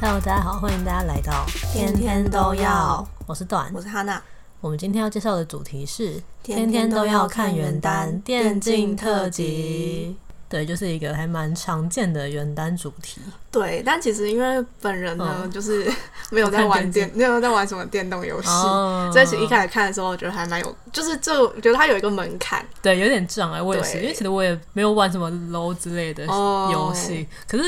Hello，大家好，欢迎大家来到天天都要，我是段我。是哈娜，我们今天要介绍的主题是天天都要看元旦电电竞竞特特辑辑。对，就是一个还蛮常见的元旦主题。对，但其实因为本人呢，嗯就是 没有不在看玩电电，没有在玩什么电动游戏，哦所以其实一开始看的时候，我觉得还蛮有，就是这我觉得它有一个门槛，对，有点障碍，我也是，对因为其实我也没有玩什么 LO 之类的哦游戏，可是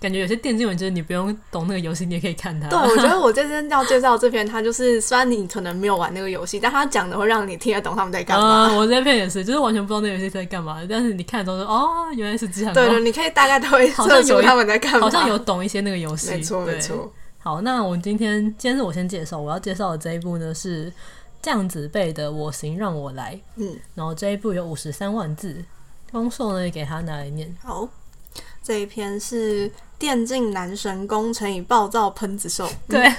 感觉有些电竞文就是你不用懂那个游戏，你也可以看它。哦对，我觉得我这次要介绍这篇，它就是虽然你可能没有玩那个游戏，但它讲的会让你听得懂他们在干嘛。嗯，我这片也是，就是完全不知道那个游戏在干嘛，但是你看的时候说，哦，原来是这样，对然对，后你可以大概都会 好像有测出他们在干嘛。好像有，懂一些那个游戏，没错对没。错。好，那我今天今天是我先介绍，我要介绍的这一部呢是酱子辈的《我行让我来》，嗯，然后这一部有五十三万字，光硕呢也给他拿来念。好，这一篇是电竞男神攻乘以暴躁喷子兽，嗯对，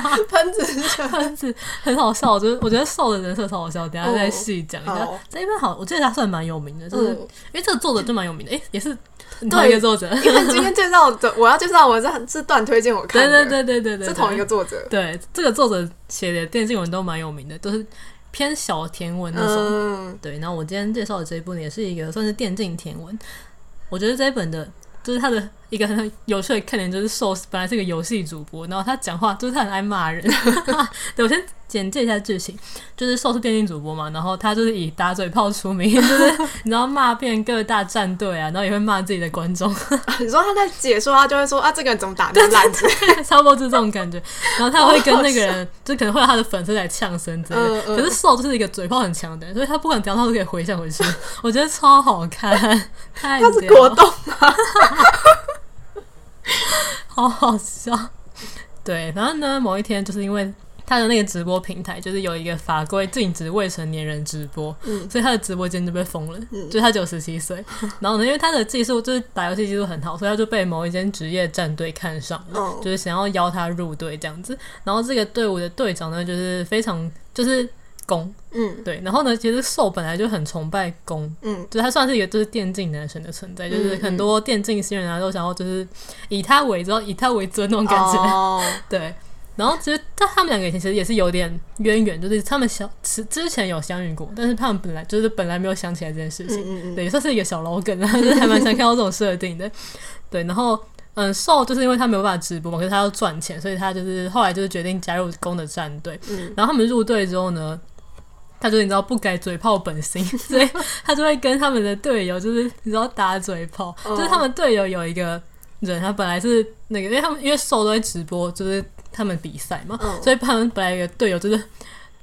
喷子兽。但是很好笑，我觉得我觉得瘦的人设超好笑，等一下再细讲一下。哦好这一篇好，我记得他算蛮有名的，就是、嗯因为这个作者就蛮有名的，诶，也是同一个作者， 因为今天介绍的我要介绍的文章是段推荐我看对的，对对对对对，是同一对个作者。对，这个作者写的电竞文都蛮有名的，都是偏小甜文那种。嗯，对，然后我今天介绍的这一部呢，也是一个算是电竞甜文。我觉得这一本的，就是他的一个很有趣的看点，就是寿司本来是个游戏主播，然后他讲话就是他很爱骂人。 对，我先简介一下剧情，就是寿司电竞主播嘛，然后他就是以打嘴炮出名，就是 你知道骂遍各大战队啊，然后也会骂自己的观众，你说他在解说，他就会说啊，这个人怎么打那么 烂子？差不多就是这种感觉。然后他会跟那个人，就可能会有他的粉丝来呛声之类的。嗯嗯可是瘦就是一个嘴炮很强的人，所以他不管怎样他都可以回想回去， 我觉得超好看， 太他是屌果冻，好好笑。对，然后呢，某一天就是因为他的那个直播平台就是有一个法规禁止未成年人直播，嗯所以他的直播间就被封了，嗯就他只有十七岁。然后呢，因为他的技术就是打游戏技术很好，所以他就被某一间职业战队看上了，哦就是想要邀他入队这样子。然后这个队伍的队长呢，就是非常就是攻嗯对，然后呢，其实兽本来就很崇拜攻嗯就是他算是一个就是电竞男神的存在，嗯就是很多电竞新人啊都想要就是以他为主，以他为尊那种感觉。哦，对，然后其实但他们两个以前其实也是有点渊源，就是他们相之之前有相遇过，但是他们本来就是本来没有想起来这件事情，嗯嗯 嗯，对，也算是一个小老梗啊， 就是还蛮想看到这种设定的。对，然后嗯，瘦就是因为他没有办法直播嘛，可是他要赚钱，所以他就是后来就是决定加入攻的战队。嗯然后他们入队之后呢，他就你知道不改嘴炮本心， 所以他就会跟他们的队友就是你知道打嘴炮，哦就是他们队友有一个人，他本来是那个，因为他们因为瘦都会直播，就是他们比赛嘛，嗯所以他们本来有一个队友就是。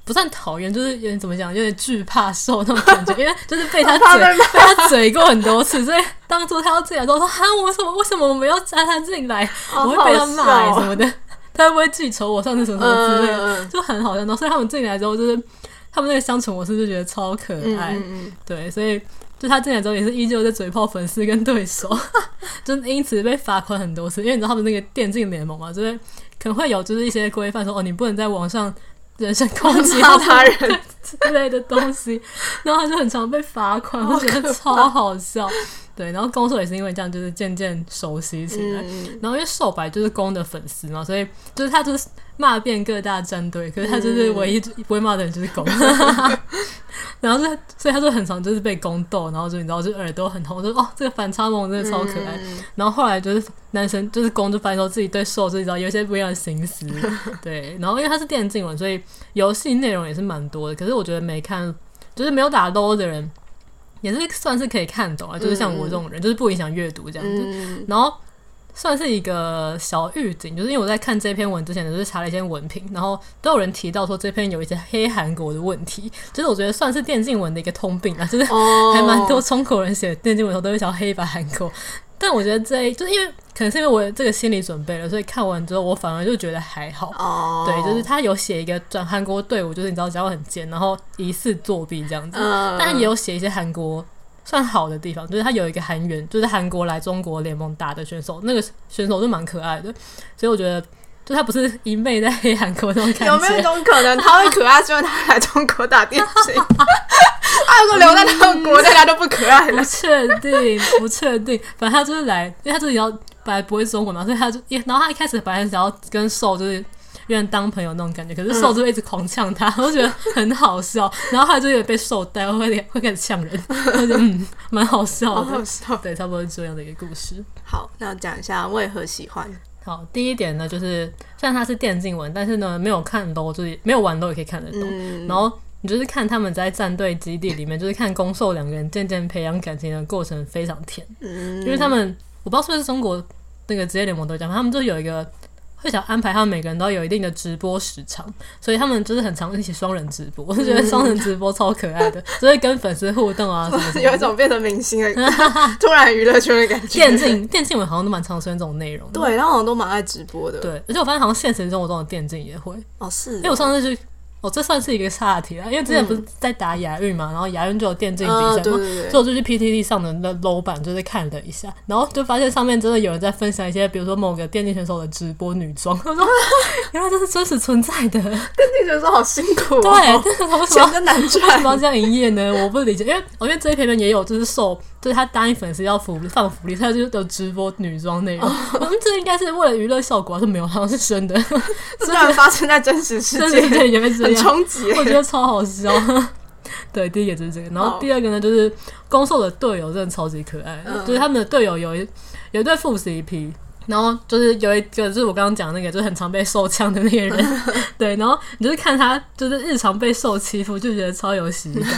不算讨厌，就是有点怎么讲，有点惧怕受那种感觉，因为就是被 他怕嘴被骂被他嘴过很多次，所以当初他要进来之后说：“哈，我什么为什么我们要加他进来？哦我会被他骂、好好笑什 么的，他会不会记仇我上次什么什么之类的？”嗯就很好笑。然后所以他们进来之后，就是他们那个相处模式就觉得超可嗯爱。嗯对，所以就他进来之后也是依旧在嘴炮粉丝跟对手， 就因此被罚款很多次。因为你知道他们那个电竞联盟嘛，就是可能会有就是一些规范说哦，你不能在网上人身攻击骂他 他人，之类的东西， 然后他就很常被罚款，我觉得超好笑。对，然后攻守也是因为这样，就是渐渐熟悉起来。嗯然后因为瘦白就是公的粉丝嘛，所以就是他就是骂遍各大战队，可是他就是唯一不会骂的人就是公，然后就所以他就很常就是被公斗，然后就你知道就耳朵很红，就哦这个反差萌嗯真的超可爱。然后后来就是男生就是公就发现说自己对瘦就是你知道有一些不一样的心思，对。然后因为他是电竞文，所以游戏内容也是蛮多的，可是我觉得没看就是没有打 LO 的人。也是算是可以看懂啊，就是像我这种人，就是不影响阅读这样子。嗯 然后算是一个小预警，就是因为我在看这篇文之前，就是查了一些文评，然后都有人提到说这篇有一些黑韩国的问题，就是我觉得算是电竞文的一个通病啊，就是哦，还蛮多中国人写的电竞文的时候都会想要黑白韩国，但我觉得这就是因为可能是因为我有这个心理准备了，所以看完之后我反而就觉得还好。哦，对，就是他有写一个转韩国队伍，就是你知道只要很贱，然后疑似作弊这样子。嗯，但也有写一些韩国算好的地方，就是他有一个韩援，就是韩国来中国联盟打的选手，那个选手就蛮可爱的，所以我觉得就他不是一昧在黑韩国那种感觉，有没有一种可能，他会可爱，是因为他来中国打电 竞？他如果留在他们国内，他就不可爱不了。确定，不确定，反正他就是来，因为他就是要本来不会中文嘛，所以他就，也然后他一开始本来很想要跟兽就是有点当朋友那种感觉，可是兽就一直狂呛他，我就觉得很好笑。然后后来就有点被兽带，会会开始呛人，我就嗯，蛮好笑好的。好笑。对，差不多是这样的一个故事。好，那我讲一下为何喜欢。好，第一点呢，就是虽然它是电竞文，但是呢，没有看都就是没有玩都也可以看得懂。嗯，然后你就是看他们在战队基地里面，就是看攻受两个人渐渐培养感情的过程非常甜，因因为他们我不知道是不是中国那个职业联盟都这样，他们就有一个会想安排他们每个人都有一定的直播时长，所以他们就是很常一起双人直播，我就觉得双人直播超可爱的，就会跟粉丝互动啊什么 什么的。有一种变成 明星的突然娱乐圈的感觉。电竞电竞文好像都蛮常出现这种内容的。对，然后好像都蛮爱直播的。，对，而且我发现好像现实生活中的电竞也会，哦是哦，因为我上次去，哦，这算是一个岔题啦，因为之前不是在打亚运嘛，然后亚运就有电竞比赛嘛，嗯对对对所以我就去 PTT 上的那 low 版就是看了一下，然后就发现上面真的有人在分享一些，比如说某个电竞选手的直播女装， 我说原来这是真实存在的，电竞选手好辛苦、哦，对，但是为什钱么？真难为什么要赚。这样营业呢？我不理解，因为我觉得这一篇论也有，就是受，就是他答应粉丝要福利放福利，他就有直播女装哦内容。我们这应该是为了娱乐效果啊，是没有，好像是真的，这当然发生在真实世真界的，对，也会 这很样。冲击耶。我觉得超好笑。对，第一个就是这个，然后好第二个呢，就是攻受的队友真的超级可爱，嗯就是他们的队友有一有一对副 CP，然后就是有一个就是我刚刚讲的那个，就是很常被受呛的那个人， 对，然后你就是看他就是日常被受欺负，就觉得超有喜感。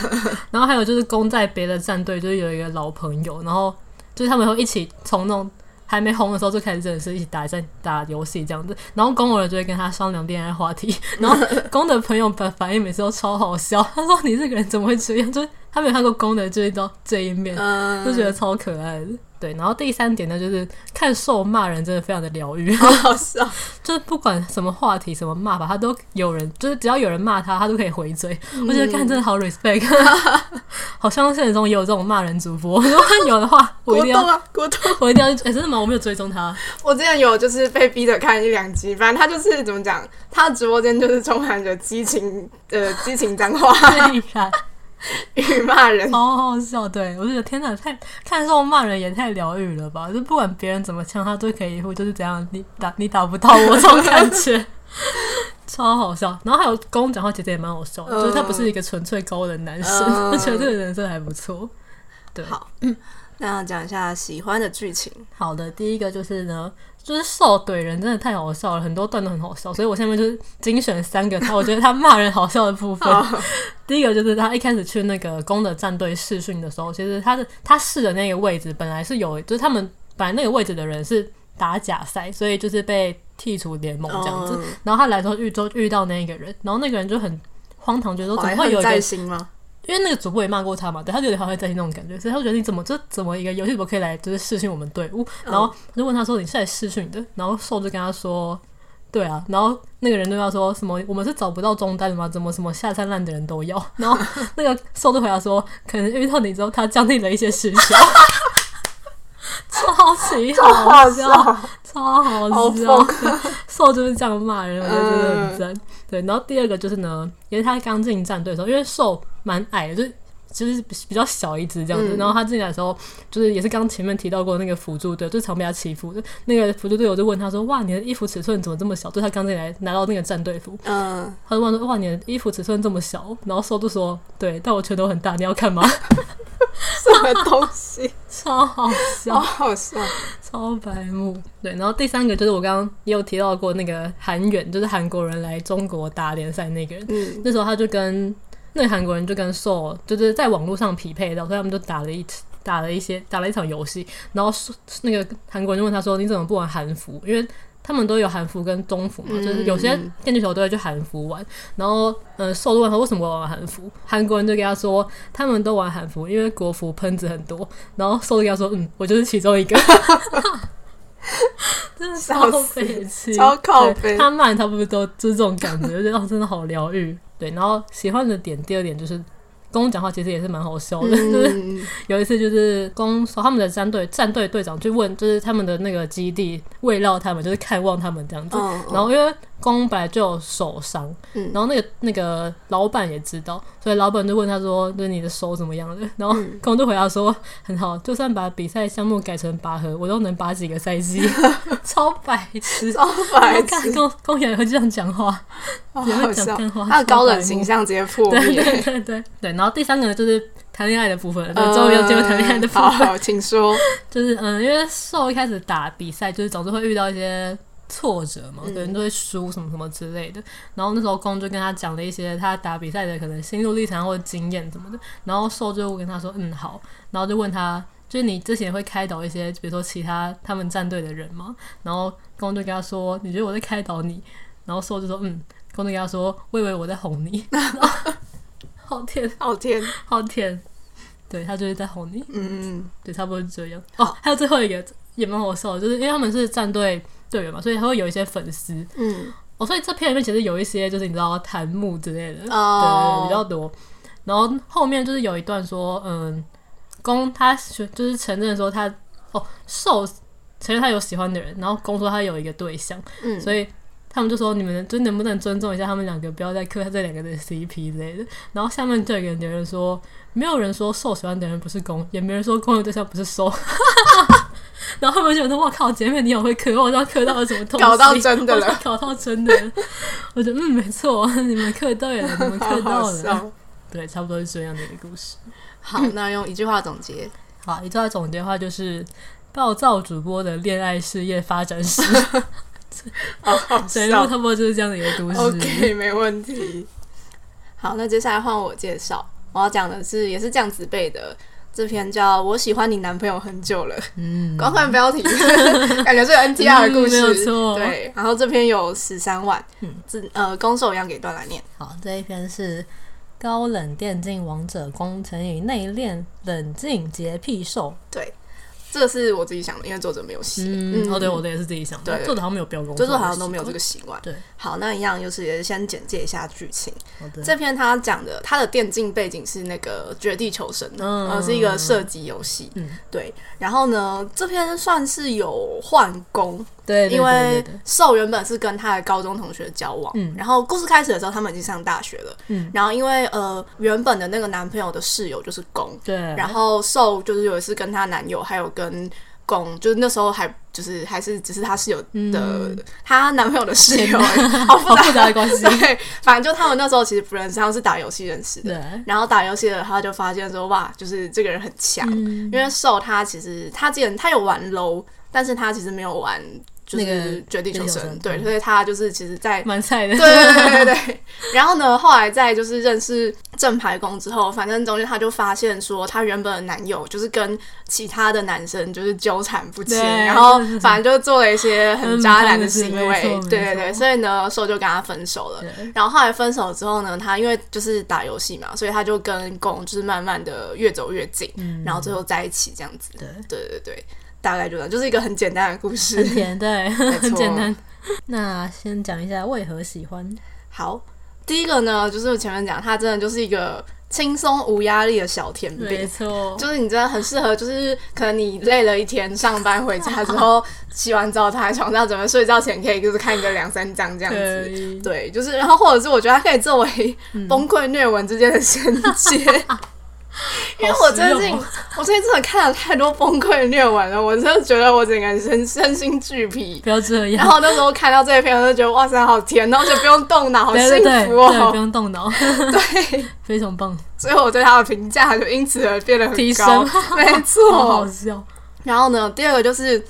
然后还有就是攻在别的战队，就是有一个老朋友，然后就是他们会一起从那种还没红的时候就开始认识，一起打战打游戏这样子。然后公偶尔就会跟他商量恋爱话题，然后公的朋友反反应每次都超好笑，他说你这个人怎么会这样？就是他没有看过公的这一到这一面，嗯，就觉得超可爱的。对，然后第三点呢，就是看兽骂人真的非常的疗愈，好好笑。就是不管什么话题、什么骂法，他都有人，就是只要有人骂他，他都可以回嘴。我觉得看真的好 respect，好像现实中也有这种骂人主播，如果有的话，我一国定栋要，啊，国栋，我一定要去，哎、真的吗？我没有追踪他，我之前有就是被逼着看一两集，反正他就是怎么讲，他的直播间就是充满着激情，呃，激情脏话对呀，与骂人。好好笑。对我就觉得天哪，太看这种骂人也太疗愈了吧！就不管别人怎么呛，他都可以一副就是怎样，你打你打不到我这种感觉。 超好笑，然后还有跟我讲话，其实也蛮好笑的，就是他不是一个纯粹高冷男生，嗯我觉得这个人真的还不错。对，好那讲一下喜欢的剧情，好的，第一个就是呢，就是受怼人真的太好笑了，很多段都很好笑，所以我下面就是精选三个他，我觉得他骂人好笑的部分。 第一个就是他一开始去那个公的战队试训的时候，其实他的他试的那个位置本来是有，就是他们本来那个位置的人是打假赛，所以就是被剔除联盟这样子。嗯然后他来的时候遇就遇到那个人，然后那个人就很荒唐，觉得说怎么怀会有恨一个在心吗？因为那个主播也骂过他嘛，对，他就有点好像在心那种感觉，所以他就觉得你怎么这怎么一个游戏主播可以来就是试训我们队伍，然后他就问他说你是来试训的，然后兽就跟他说。对啊，然后那个人对他说什么？我们是找不到中单的吗？怎么什么下三滥的人都要？然后那个兽就回答说，可能遇到你之后，他降低了一些需求， 超级好笑，超好好笑疯。 兽就是这样骂人，我觉得真的很嗯赞。对，然后第二个就是呢，也是他刚进战队的时候，因为兽蛮矮的，就是就是比较小一只这样子。嗯然后他进来的时候，就是也是刚前面提到过那个辅助队，就是常被他欺负的那个辅助队友就问他说：“哇，你的衣服尺寸怎么这么小？”就是他刚进来拿到那个战队服，嗯，他就问说：“哇，你的衣服尺寸这么小？”然后兽就说：“对，但我拳头很大，你要看吗什么东西？？”超好笑好。好笑。 超白目。对，然后第三个就是我刚刚也有提到过那个韩远，就是韩国人来中国打联赛那个人。嗯，那时候他就跟那个韩国人就跟 Soul 就是在网络上匹配到，所以他们就打了一打了一些打了一场游戏。然后是那个韩国人就问他说：“你怎么不玩韩服？”因为他们都有韩服跟中服嘛，嗯就是有些电竞球队就韩服玩，然后嗯，受就问他为什么我玩韩服，韩国人就跟他说他们都玩韩服，因为国服喷子很多，然后受就跟他说嗯，我就是其中一 个，真的超笑死悲戚，超靠对北他骂人，他不是都就是这种感觉， 我觉得哦真的好疗愈。对，然后喜欢的点，第二点就是跟我讲话，其实也是蛮好笑的， 就是嗯，有一次就是公说他们的战队战队队长去问，就是他们的那个基地慰劳他们，就是看望他们这样子。嗯然后因为公本来就有手伤，嗯然后那个那个老板也知道，所以老板就问他说：“就是你的手怎么样了？” 然后嗯公就回答说：“很好，就算把比赛项目改成拔河，我都能拔几个赛季。” 超白痴！超 白看痴，公公演会这样讲话，好也好会笑讲。干话，他的高冷超白目形象直接破对 灭。对对对对，然后第三个就是谈恋爱的部分，呃对，终于要进入谈恋爱的部嗯好分，好，请说。就是嗯，因为受一开始打比赛，就是总是会遇到一些挫折嘛，嗯可能都会输什么什么之类的。然后那时候公就跟他讲了一些他打比赛的可能心路历程啊或者经验什么的，然后受就跟他说嗯好，然后就问他。就是你之前会开导一些，比如说其他他们战队的人吗？然后公就跟他说：“你觉得我在开导你？”然后受就说：“嗯。”公就跟他说：“我以为我在哄你。” 好甜，哦天，好甜。对他就是在哄你，嗯，对，差不多是这样。哦，还有最后一个也蛮好笑的，就是因为他们是战队队员嘛，所以他会有一些粉丝嗯，哦，所以这片里面其实有一些就是你知道弹幕之类的，对对，哦，对比较多。然后后面就是有一段说，嗯，公他学就是承认说他哦受承认他有喜欢的人，然后公说他有一个对象，嗯，所以他们就说你们就能不能尊重一下他们两个，不要再磕这两个人的 CP 之类的。然后下面就有一个人留言说，没有人说受喜欢的人不是攻，也没人说攻的对象不是受。 然后他们就说：“我靠，姐妹，你有会磕，我好像磕到了什么东西，搞到真的了我搞到真的了。”我觉得嗯，没错， 你们磕对了， 你们好磕到好了，笑。对，差不多是这样的一个故事。好，那用一句话总结，好，一句话总结的话就是。暴躁主播的恋爱事业发展史， 好好整路笑。差不多就是这样的一个故事。 OK，没问题。好，那接下来换我介绍，我要讲的是也是这样子背的。这篇叫《我喜欢你男朋友很久了》，嗯，光看标题 感觉是有 NTR 的故嗯没有事，错对。然后这篇有十三万，嗯自呃攻受一样给段来念，好，这一篇是高冷电竞王者攻乘以内敛冷静洁癖兽。对，这个是我自己想的，因为作者没有写，嗯，哦，对，我的也是自己想的，对作者好像没有标工，就是好像都没有这个。习惯。对，好，那一样就是也是先简介一下剧情。好的，这篇他讲的，他的电竞背景是那个《绝地求生》嗯呃，是一个射击游戏。嗯，对。然后呢，这篇算是有换工，对，对因为对对对兽原本是跟他的高中同学交往，嗯然后故事开始的时候他们已经上大学了，嗯然后因为呃原本的那个男朋友的室友就是公，对，然后受就是有一次跟她男友还有跟公，就是那时候还就是还是只是她室友的嗯她、男朋友的室 友哦而已，好复好复杂杂的关系，对，反正就他们那时候其实不认识，他们是打游戏认识的。对，然后打游戏的他就发现说哇，就是这个人很强，嗯，因为受他其实他之前他有玩 low，但是他其实没有玩就那个是绝地求绝地求生，生对，嗯所以他就是其实在 蛮菜的，对对对对对。 然后呢，后来在就是认识正牌公之后，反正中间她就发现说，她原本的男友就是跟其他的男生就是纠缠不清，对然后是是是反正就做了一些很嗯渣男的是行没为错，对没对对，错所以呢，受就跟他分手了。对然后后来分手之后呢，她因为就是打游戏嘛，所以她就跟公就是慢慢的越走越近，嗯然后最后在一起这样子。对，对对对，大概就这样，就是一个很简单的故事很。甜，对， 很错简单。那先讲一下为何喜欢，好，第一个呢，就是我前面讲，它真的就是一个轻松无压力的小甜没饼。错，就是你真的很适合，就是可能你累了一天，上班回家之 后洗完澡躺在床上，准备睡觉前可以就是看个两三章这样子。对，对，就是然后或者是我觉得它可以作为崩溃虐文之间的衔接。 因为我最嗯好实近用哦我最近真的看了太多崩溃虐文了，我真的觉得我整个人身身心俱疲。不要这然样，后那时候看到这一篇，我就觉得哇塞，好甜哦，然后就不用动脑，好对幸对对，福对，不哦。用动脑，对，非常 棒，所以我对他的评价就因此而变得很高提升，没好好错。笑，然后呢，第二个就是，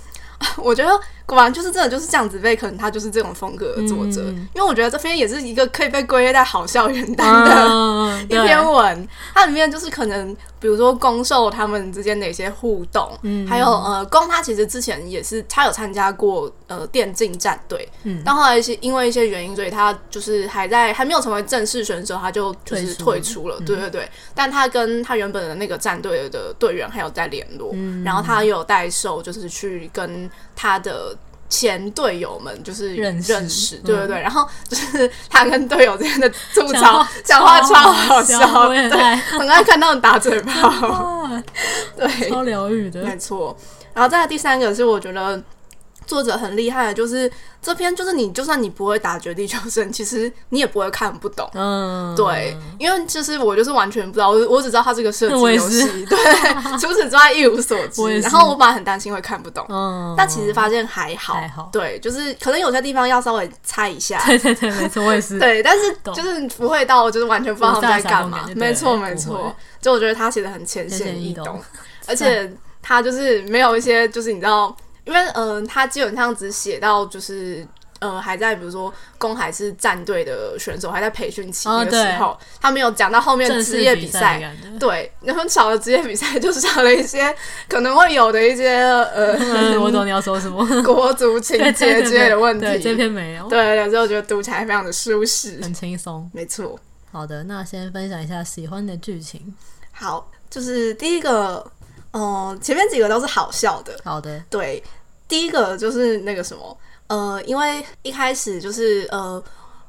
我觉得果然就是真的就是这样子被，可能他就是这种风格的作者，嗯因为我觉得这篇也是一个可以被归类在好校园单的。嗯，一篇文，它里面就是可能，比如说攻受他们之间的一些互动，嗯还有呃，攻他其实之前也是他有参加过呃电竞战队，嗯但后来一些因为一些原因，所以他就是还在还没有成为正式选手，他就就退出是嗯退出了，对对对。但他跟他原本的那个战队的队员还有在联络，嗯然后他也有带受就是去跟他的。前队友们就是认识认识，嗯对对对，然后就是他跟队友之间的吐讲槽话，讲话超好笑笑，，欸哎我也对，爱，很爱看到人打嘴 炮，啊 对，超疗愈的，没错。然后再来第三个是我觉得作者很厉害的，就是这篇就是你就算你不会打绝地求生，其实你也不会看不懂。嗯，对，因为就是我就是完全不知道，我我只知道它是个射击我也游戏，对，除此之外一无所我也是知。然后我本来很担心会看不懂，嗯，但其实发现还好，还好对，就是可能有些地方要稍微猜一 下，对对对，没错，我也是。对，但是懂就是不会到就是完全不知道他们在干嘛不知道在干嘛，没错对没不会错，就我觉得他写的很浅浅显显易易懂 懂，而且他就是没有一些就是你知道，因为嗯、呃他基本上只写到就是。呃，还在比如说公海是战队的选手还在培训期哦那个时对候，他没有讲到后面正式职业比比赛赛的，感觉，对，然后少了职业比赛，就少了一些可能会有的一些 嗯，我呃懂你要说什么， 国足情对对节对之类对的问题。对，这对篇没有，对对，所以我觉得读起来非常的舒适。很轻松。没错，好的，那先分享一下喜欢的剧情。好，就是第一个，嗯、前面几个都是好笑的，好 的，对，第一个就是那个什么，呃，因为一开始就是呃，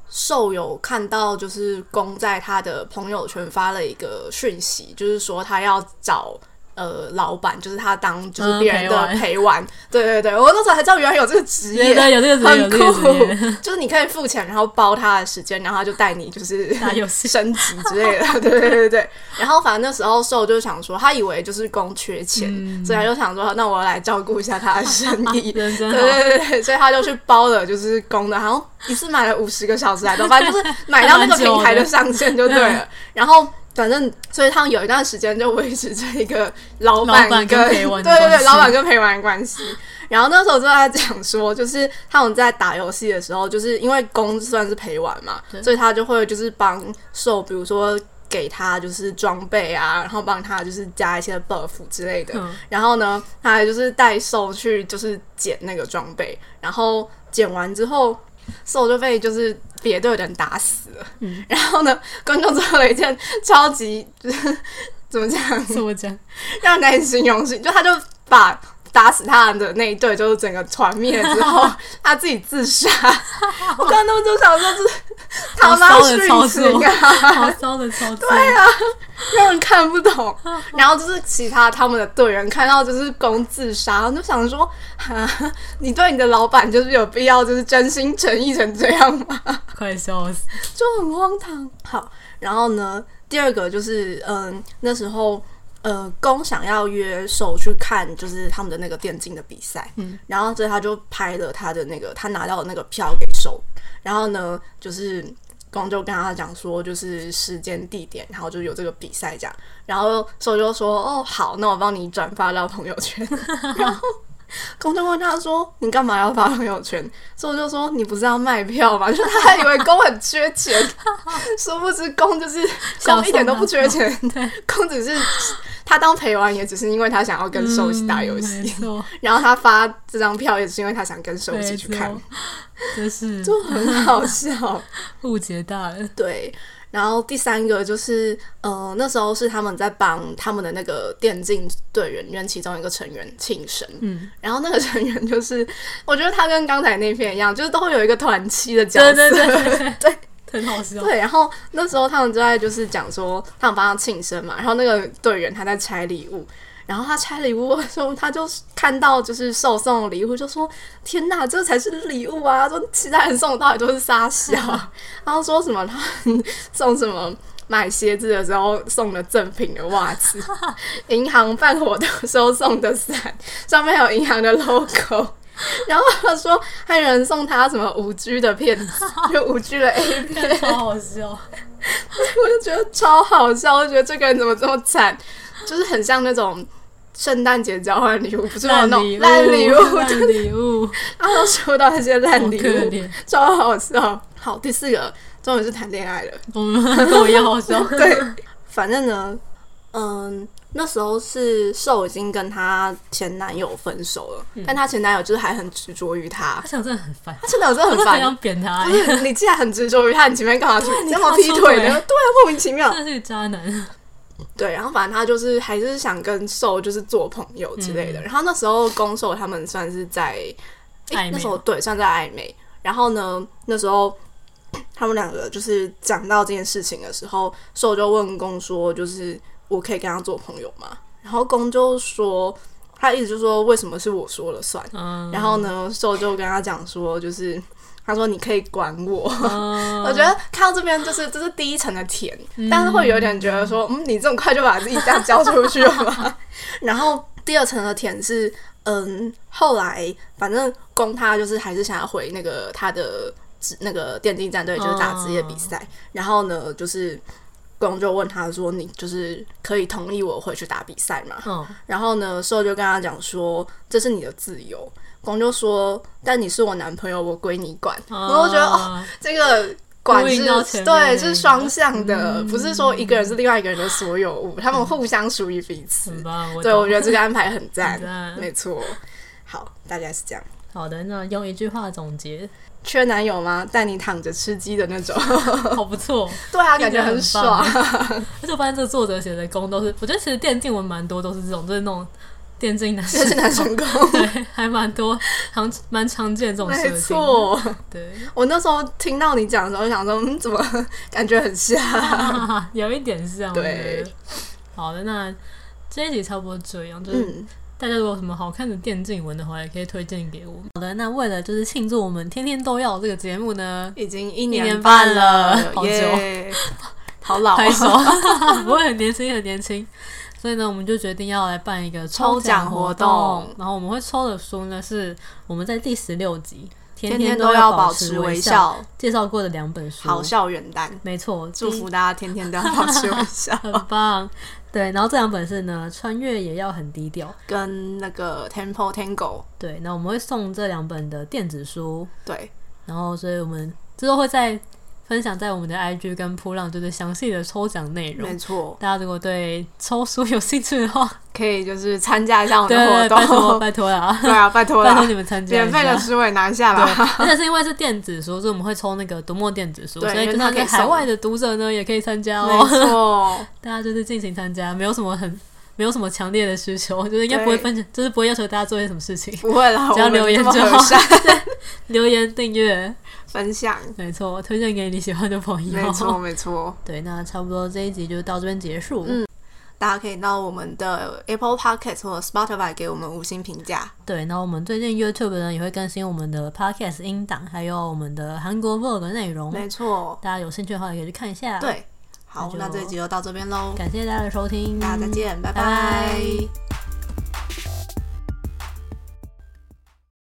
兽有看到就是公在他的朋友圈发了一个讯息，就是说他要找。呃，老板就是他当就是别人的嗯陪玩，对对对，我那时候还知道原来有这个职业对，对，有这个职业，有很这个职酷 业，，就是你可以付钱，然后包他的时间，然后他就带你就是打游戏升级之类的， 对对对对对。然后反正那时候兽就想说，他以为就是公缺钱，嗯所以他就想说，那我来照顾一下他的生意。人真对好。对对对，所以他就去包了，就是公的，好像一次买了五十个小时来着，反正就是买到那个平台的上限就对嗯了。然后反正，所以他们有一段时间就维持这一个老板老板跟跟陪玩的对对关对，系老板跟陪玩的关系。然后那时候就在讲说，就是他们在打游戏的时候，就是因为公算是陪玩嘛对，所以他就会就是帮受，比如说给他就是装备啊，然后帮他就是加一些 buff 之类的。嗯然后呢，他还就是带兽去就是捡那个装备，然后捡完之后，兽就被就是别队的人打死了。嗯然后呢，观众做了一件超级就是怎么讲，怎么 讲？让人难以形容事情，就他就把。打死他的那一队就是整个团灭之后， 他自己自杀。我看到就想说，这是他妈好骚的操殉作情啊！好骚的操作，对啊，让人看不 懂。然后就是其他他们的队员看到就是公自杀，我就想说，哈，你对你的老板就是有必要就是真心诚意成这样吗？快笑死！ 就很荒唐。好，然后呢，第二个就是嗯，那时候。呃，公想要约手去看，就是他们的那个电竞的比赛，嗯，然后所以他就拍了他的那个他拿到的那个票给手，然后呢，就是公就跟他讲说，就是时间地点，然后就有这个比赛这样，然后手就说，哦，好，那我帮你转发到朋友 圈，然后公就问他说：“你干嘛要发朋友圈？”所以我就说：“你不是要卖票吗？”就是他还以为公很缺钱， 殊不知公就是想公一点都不缺钱，啊 对，公只是他当陪玩也只是因为他想要跟兽一起打游嗯戏，没错，然后他发这张票也是因为他想跟兽一起去看没，错，真是就很好笑。误解大人。对，然后第三个就是，呃，那时候是他们在帮他们的那个电竞队员里面其中一个成员庆生，嗯，然后那个成员就是，我觉得他跟刚才那片一样，就是都会有一个团期的角对色，对对对，很好笑。 对，然后那时候他们就在就是讲说，他们帮他庆生嘛，然后那个队员他在拆礼物。然后他拆礼物的时候，他就看到就是受送的礼物，就说：“天哪，这才是礼物啊！”说其他人送的到底都是傻笑。然后说什么他们送什么买鞋子的时候送的赠品的袜子，银行办活动的时候送的伞，上面有银行的 logo。然后 他说还有人送他什么五 G 的片子，就五 G 的 A 片。 超好笑，我就觉得超好笑，我就觉得这个人怎么这么惨，就是很像那种圣诞节交换礼物，不是会有那种烂礼物，啊烂礼物，然后收到一些好烂可礼物，怜，超好笑。好，第四个终于是谈恋爱了， 我们跟我一样好笑。 对，反正呢，嗯。那时候是瘦已经跟她前男友分手了，嗯但她前男友就是还很执着于她他，想真的很烦，她前男友真的我很真的很烦想。扁他不，是你既然很执着于他，你前面干嘛去啊你这干嘛么劈出腿呢？轨对啊，莫名其妙。哎真的是个渣男。 对，然后反正他就是还是想跟兽就是做朋友之类的。嗯然后那时候攻受他们算是在诶暧昧哎那时候对算在暧昧。然后呢，那时候 他们两个就是讲到这件事情的时候，兽就问攻说，就是我可以跟他做朋友吗？然后攻就说。他意思就是说为什么是我说了算。 嗯，然后呢，兽就跟他讲说，就是他说你可以管我。嗯 我觉得看到这边就是这是第一层的甜，但是会有点觉得说，嗯，你这么快就把自己这样交出去了吗？ 然后第二层的甜是，嗯，后来反正攻他就是还是想要回那个他的职那个电竞战队，就是打职业比赛。哦然后呢，就是攻就问他说，你就是可以同意我回去打比赛吗？嗯然后呢，兽就跟他讲说：“这是你的自由。”光就说：“但你是我男朋友，我归你管。然后我觉得哦，啊这个管呼应到前面是嗯对，那是个双向的，不是说一个人是另外一个人的所有物，他们互相属于彼此。很棒，嗯我对，懂我觉得这个安排很赞 很，赞没错。好，大概是这样。好的，那用一句话总结，缺男友吗？带你躺着吃鸡的那 种，好不 错。对啊，听感起觉来很很爽。而且我发现这个作者写的攻都是，我觉得其实电竞文蛮多都是这种，就是那种电竞男这 生 是男成功，对，还蛮多，常蛮常见这种设没定。错。对，我那时候听到你讲的时候，我想说，嗯，怎么感觉很像？ 有一点像。我对觉得，好的，那这一集差不多这样，就是嗯，大家如果有什么好看的电竞文的话，也可以推荐给我们。好的，那为了就是庆祝我们天天都要这个节目呢，已经一年年半半了好久耶， 好老、拍手 啊。，不会很年轻，很年轻。所以呢，我们就决定要来办一个抽奖奖活活动然后我们会抽的书呢是我们在第十六集《天天都要保持微笑》笑，介绍过的两本书。好校园单。没错，祝第一，福大家天天都要保持微笑很棒。对，然后这两本是呢，穿越也要很低调。 跟那个 Temple Tango 对，那我们会送这两本的电子书，对，然后所以我们之后会再分享在我们的 IG 跟扑浪，就是详细的抽奖内容没。错，大家如果对抽书有兴趣的话，可以就是参加一下我对们对，的活拜托动。拜托啦， 对啊，拜托拜托啦，你们参加免一费的下。书也拿下对啦。，而且是因为是电子书，所以我们会抽那个读墨电子书，对所以因为就它算可以是海送外的读者呢，也可以参 加没哦。错，大家就是尽情参加，没有什么很没有什么强烈的需求，就是应该不会对分，就是不会要求大家做些什么事情， 不会啦，只要我们留言这么就和好善留言订阅， 分享，没错，推荐给你喜欢的朋友。没 错没错。对，那差不多这一集就到这边结束。嗯大家可以到我们的 Apple Podcast 或者 Spotify 给我们五星评价。对，那我们最近 YouTube 呢也会更新我们的 Podcast 音档，还有我们的韩国 Vlog 内容，没错，大家有兴趣的话也可以去看一下。，对，好，那就那这一集就到这边喽，感谢大家的收听，大家再见，拜拜拜拜